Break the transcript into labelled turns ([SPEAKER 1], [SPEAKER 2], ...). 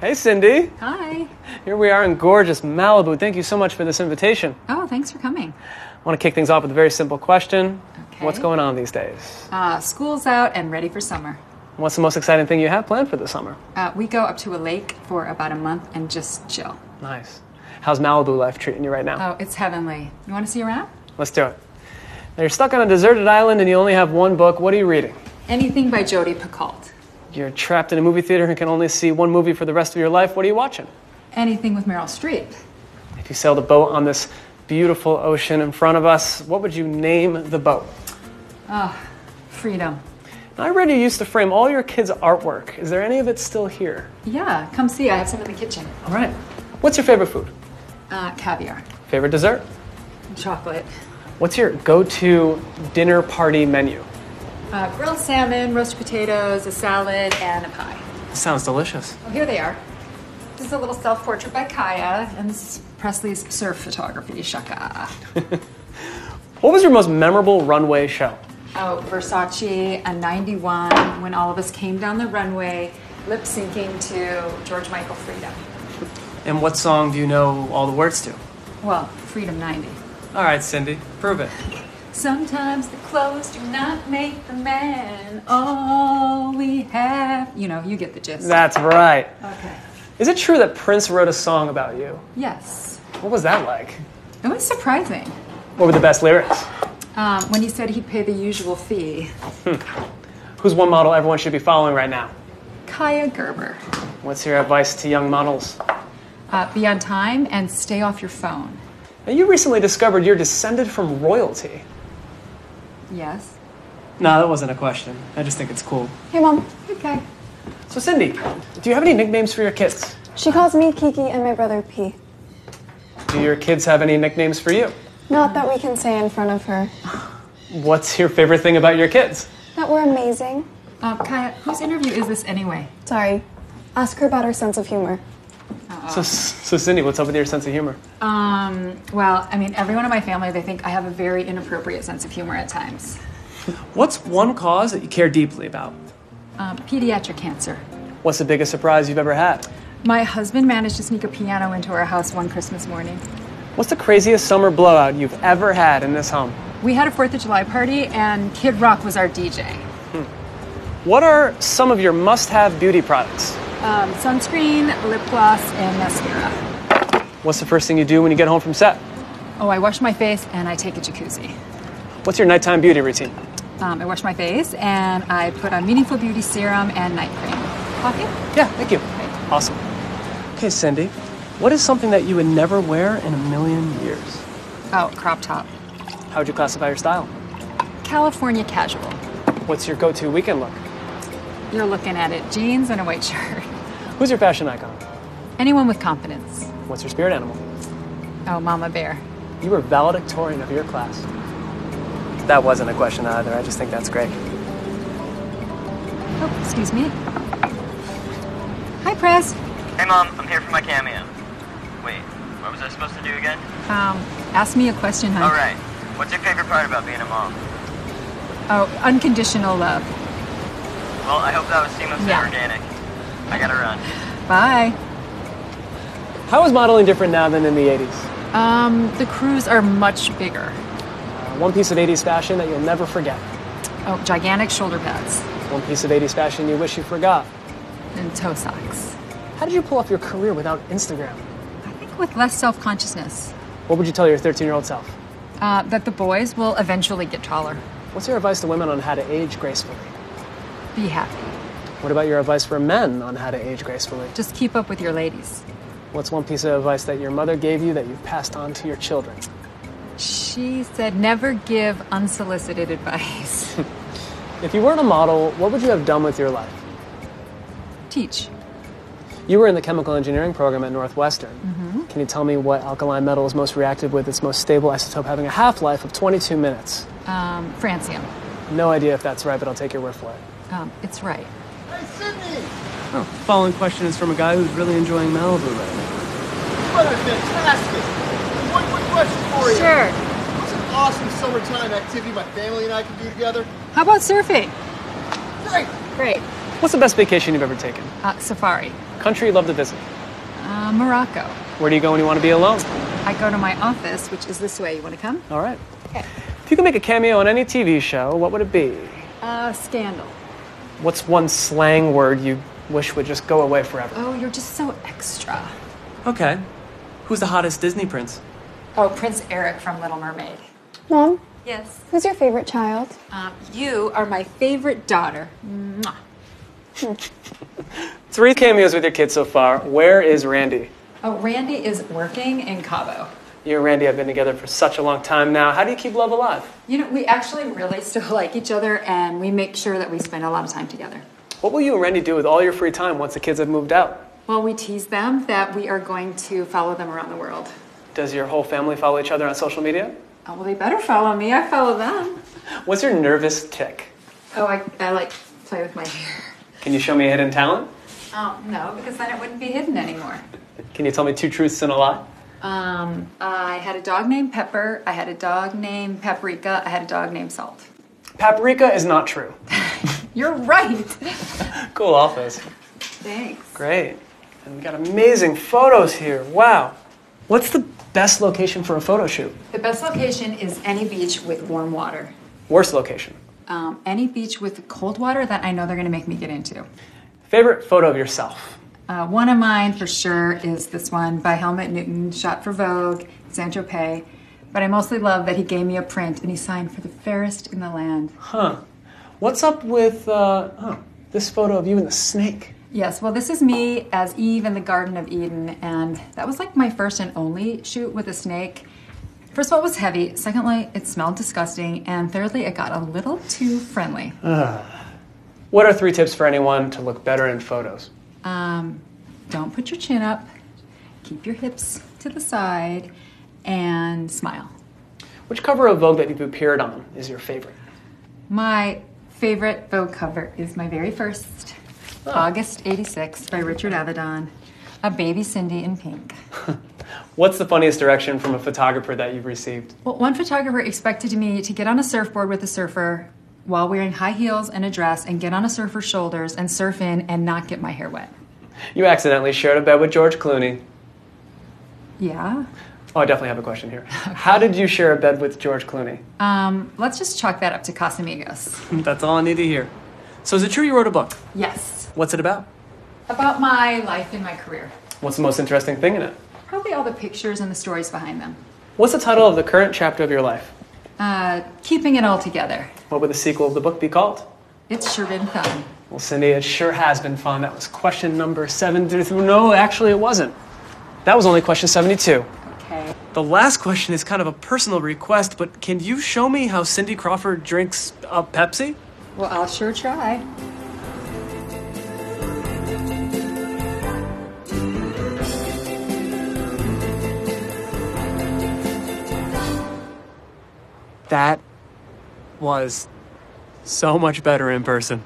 [SPEAKER 1] Hey, Cindy.
[SPEAKER 2] Hi.
[SPEAKER 1] Here we are in gorgeous Malibu. Thank you so much for this invitation.
[SPEAKER 2] Oh, thanks for coming.
[SPEAKER 1] I want to kick things off with a very simple question.
[SPEAKER 2] Okay.
[SPEAKER 1] What's going on these days?
[SPEAKER 2] Uh, school's out and ready for summer.
[SPEAKER 1] What's the most exciting thing you have planned for the summer?
[SPEAKER 2] Uh, we go up to a lake for about a month and just chill.
[SPEAKER 1] Nice. How's Malibu life treating you right now?
[SPEAKER 2] Oh, it's heavenly. You want to see around?
[SPEAKER 1] Let's do it. Now, you're stuck on a deserted island and you only have one book. What are you reading?
[SPEAKER 2] Anything by Jodi Picoult.
[SPEAKER 1] You're trapped in a movie theater and can only see one movie for the rest of your life. What are you watching?
[SPEAKER 2] Anything with Meryl Streep.
[SPEAKER 1] If you sailed a boat on this beautiful ocean in front of us, what would you name the boat?
[SPEAKER 2] Freedom.
[SPEAKER 1] Now, I read you used to frame all your kids' artwork. Is there any of it still here?
[SPEAKER 2] Yeah, come see. I have some in the kitchen.
[SPEAKER 1] All right. What's your favorite food?
[SPEAKER 2] Uh, caviar,
[SPEAKER 1] Favorite dessert?
[SPEAKER 2] chocolate,
[SPEAKER 1] What's your go to dinner party menu?
[SPEAKER 2] uh, grilled salmon, roasted potatoes, a salad, and a pie.
[SPEAKER 1] Sounds delicious.
[SPEAKER 2] Oh, here they are. This is a little self portrait by Kaya, and this is Presley's surf photography. Shaka.
[SPEAKER 1] What was your most memorable runway show?
[SPEAKER 2] Oh, Versace, a 91, when all of us came down the runway, lip syncing to George Michael Freedom.
[SPEAKER 1] And what song do you know all the words to?
[SPEAKER 2] Well, Freedom 90.
[SPEAKER 1] All right, Cindy, prove it.
[SPEAKER 2] Sometimes the clothes do not make the man. All we have. You know, you get the gist.
[SPEAKER 1] That's right.
[SPEAKER 2] Okay.
[SPEAKER 1] Is it true that Prince wrote a song about you?
[SPEAKER 2] Yes.
[SPEAKER 1] What was that like?
[SPEAKER 2] It was surprising
[SPEAKER 1] What were the best lyrics?
[SPEAKER 2] um, when he said he'd pay the usual fee.
[SPEAKER 1] Who's one model everyone should be following right now?
[SPEAKER 2] Kaya Gerber.
[SPEAKER 1] What's your advice to young models?
[SPEAKER 2] Uh, be on time and stay off your phone.
[SPEAKER 1] Now, you recently discovered you're descended from royalty.
[SPEAKER 2] Yes.
[SPEAKER 1] No, that wasn't a question. I just think it's cool.
[SPEAKER 3] Hey, Mom.
[SPEAKER 2] Okay.
[SPEAKER 1] So, Cindy, do you have any nicknames for your kids?
[SPEAKER 3] She calls me Kiki and my brother P.
[SPEAKER 1] Do your kids have any nicknames for you?
[SPEAKER 3] Not that we can say in front of her.
[SPEAKER 1] What's your favorite thing about your kids?
[SPEAKER 3] That we're amazing.
[SPEAKER 2] Um, Kaya, whose interview is this anyway?
[SPEAKER 3] Sorry. Ask her about her sense of humor.
[SPEAKER 1] So, so Cindy, what's up with your sense of humor?
[SPEAKER 2] Um, well, I mean, everyone in my family, they think I have a very inappropriate sense of humor at times.
[SPEAKER 1] What's one cause that you care deeply about?
[SPEAKER 2] Um, pediatric cancer.
[SPEAKER 1] What's the biggest surprise you've ever had?
[SPEAKER 2] My husband managed to sneak a piano into our house one Christmas morning.
[SPEAKER 1] What's the craziest summer blowout you've ever had in this home?
[SPEAKER 2] We had a 4th of July party, and Kid Rock was our DJ.
[SPEAKER 1] What are some of your must-have beauty products?
[SPEAKER 2] Um, sunscreen, lip gloss, and mascara.
[SPEAKER 1] What's the first thing you do when you get home from set?
[SPEAKER 2] Oh, I wash my face and I take a jacuzzi.
[SPEAKER 1] What's your nighttime beauty routine?
[SPEAKER 2] Um, I wash my face and I put on Meaningful Beauty Serum and Night Cream. Coffee?
[SPEAKER 1] Yeah, thank you. Awesome. Okay, Cindy, what is something that you would never wear in a million years?
[SPEAKER 2] Oh, crop top.
[SPEAKER 1] How would you classify your style?
[SPEAKER 2] California casual.
[SPEAKER 1] What's your go-to weekend look?
[SPEAKER 2] You're looking at it jeans and a white shirt.
[SPEAKER 1] Who's your fashion icon?
[SPEAKER 2] Anyone with confidence.
[SPEAKER 1] What's your spirit animal?
[SPEAKER 2] Oh, Mama Bear.
[SPEAKER 1] You were valedictorian of your class. That wasn't a question either. I just think that's great.
[SPEAKER 2] Oh, excuse me. Hi, Press.
[SPEAKER 4] Hey mom, I'm here for my cameo. Wait, what was I supposed to do again?
[SPEAKER 2] Um, ask me a question, hon.
[SPEAKER 4] Alright, what's your favorite part about being a mom?
[SPEAKER 2] Oh, unconditional love.
[SPEAKER 4] Well, I hope that was seamless
[SPEAKER 2] Yeah.
[SPEAKER 4] and organic. I gotta run.
[SPEAKER 2] Bye.
[SPEAKER 1] How is modeling different now than in the 80s?
[SPEAKER 2] Um, the crews are much bigger.
[SPEAKER 1] Uh, one piece of 80s fashion that you'll never forget.
[SPEAKER 2] Oh, gigantic shoulder pads
[SPEAKER 1] One piece of 80s fashion you wish you forgot.
[SPEAKER 2] and toe socks.
[SPEAKER 1] How did you pull off your career without Instagram?
[SPEAKER 2] I think with less self consciousness,
[SPEAKER 1] What would you tell your 13 year old self?
[SPEAKER 2] uh, that the boys will eventually get taller.
[SPEAKER 1] What's your advice to women on how to age gracefully?
[SPEAKER 2] Be happy.
[SPEAKER 1] What about your advice for men on how to age gracefully?
[SPEAKER 2] Just keep up with your ladies.
[SPEAKER 1] What's one piece of advice that your mother gave you that you've passed on to your children?
[SPEAKER 2] She said, never give unsolicited advice.
[SPEAKER 1] If you weren't a model, what would you have done with your life?
[SPEAKER 2] Teach.
[SPEAKER 1] You were in the chemical engineering program at Northwestern. Can you tell me what alkaline metal is most reactive with its most stable isotope having a half life of 22 minutes?
[SPEAKER 2] Um, francium.
[SPEAKER 1] No idea if that's right, but I'll take your word for it.
[SPEAKER 2] Um, it's right.
[SPEAKER 5] Hey, Sydney,
[SPEAKER 1] Oh. Following question is from a guy who's really enjoying Malibu right now.
[SPEAKER 5] what a fantastic! One quick question for you.
[SPEAKER 2] Sure.
[SPEAKER 5] What's an awesome summertime activity my family and I can do together?
[SPEAKER 2] How about surfing?
[SPEAKER 5] Great!
[SPEAKER 2] Great.
[SPEAKER 1] What's the best vacation you've ever taken?
[SPEAKER 2] Uh, safari.
[SPEAKER 1] Country you love to visit?
[SPEAKER 2] Uh, Morocco.
[SPEAKER 1] Where do you go when you want to be alone?
[SPEAKER 2] I go to my office, which is this way. You want to come?
[SPEAKER 1] All right.
[SPEAKER 2] Okay.
[SPEAKER 1] If you could make a cameo on any TV show, what would it be?
[SPEAKER 2] Uh, scandal.
[SPEAKER 1] What's one slang word you wish would just go away forever?
[SPEAKER 2] Oh, you're just so extra.
[SPEAKER 1] Okay. Who's the hottest Disney prince?
[SPEAKER 2] Oh, Prince Eric from Little Mermaid.
[SPEAKER 3] Mom,
[SPEAKER 2] Yes.
[SPEAKER 3] who's your favorite child?
[SPEAKER 2] Um, you are my favorite daughter. Mwah.
[SPEAKER 1] Three cameos with your kids so far. Where is Randy?
[SPEAKER 2] Oh, Randy is working in Cabo.
[SPEAKER 1] You and Randy have been together for such a long time now. How do you keep love alive?
[SPEAKER 2] You know, we actually really still like each other, and we make sure that we spend a lot of time together.
[SPEAKER 1] What will you and Randy do with all your free time once the kids have moved out?
[SPEAKER 2] Well, we tease them that we are going to follow them around the world.
[SPEAKER 1] Does your whole family follow each other on social media?
[SPEAKER 2] Oh, well, they better follow me. I follow them.
[SPEAKER 1] What's your nervous tick?
[SPEAKER 2] Oh, I, I like to play with my hair.
[SPEAKER 1] Can you show me a hidden talent?
[SPEAKER 2] Oh, no, because then it wouldn't be hidden anymore.
[SPEAKER 1] Can you tell me two truths and a lie?
[SPEAKER 2] Um, I had a dog named Pepper. I had a dog named Paprika. I had a dog named Salt.
[SPEAKER 1] Paprika is not true.
[SPEAKER 2] You're right.
[SPEAKER 1] Cool office.
[SPEAKER 2] Thanks.
[SPEAKER 1] Great. And we got amazing photos here. Wow. What's the best location for a photo shoot?
[SPEAKER 2] The best location is any beach with warm water.
[SPEAKER 1] Worst location.
[SPEAKER 2] Um, any beach with cold water that I know they're going to make me get into.
[SPEAKER 1] Favorite photo of yourself?
[SPEAKER 2] Uh, one of mine for sure is this one by Helmut Newton, shot for Vogue, San Tropez. But I mostly love that he gave me a print and he signed for the fairest in the land.
[SPEAKER 1] Huh. What's up with uh, oh, this photo of you and the snake?
[SPEAKER 2] Yes, well, this is me as Eve in the Garden of Eden, and that was like my first and only shoot with a snake. First of all, it was heavy. Secondly, it smelled disgusting. And thirdly, it got a little too friendly.
[SPEAKER 1] What are three tips for anyone to look better in photos?
[SPEAKER 2] Um, don't put your chin up, keep your hips to the side, and smile.
[SPEAKER 1] Which cover of Vogue that you've appeared on is your favorite?
[SPEAKER 2] My favorite Vogue cover is my very first, August 86 by Richard Avedon, a baby Cindy in pink.
[SPEAKER 1] What's the funniest direction from a photographer that you've received?
[SPEAKER 2] Well, one photographer expected me to get on a surfboard with a surfer while wearing high heels and a dress and get on a surfer's shoulders and surf in and not get my hair wet.
[SPEAKER 1] You accidentally shared a bed with George Clooney.
[SPEAKER 2] Yeah.
[SPEAKER 1] Oh, I definitely have a question here. How did you share a bed with George Clooney?
[SPEAKER 2] Um, let's just chalk that up to Casamigos.
[SPEAKER 1] That's all I need to hear. So, is it true you wrote a book?
[SPEAKER 2] Yes.
[SPEAKER 1] What's it about?
[SPEAKER 2] About my life and my career.
[SPEAKER 1] What's the most interesting thing in it?
[SPEAKER 2] Probably all the pictures and the stories behind them.
[SPEAKER 1] What's the title of the current chapter of your life?
[SPEAKER 2] Uh, keeping it all together.
[SPEAKER 1] What would the sequel of the book be called?
[SPEAKER 2] It's sure been fun.
[SPEAKER 1] Well, Cindy, it sure has been fun. That was question number 72. No, actually, it wasn't. That was only question 72.
[SPEAKER 2] Okay.
[SPEAKER 1] The last question is kind of a personal request, but can you show me how Cindy Crawford drinks a Pepsi?
[SPEAKER 2] Well, I'll sure try.
[SPEAKER 1] That was so much better in person.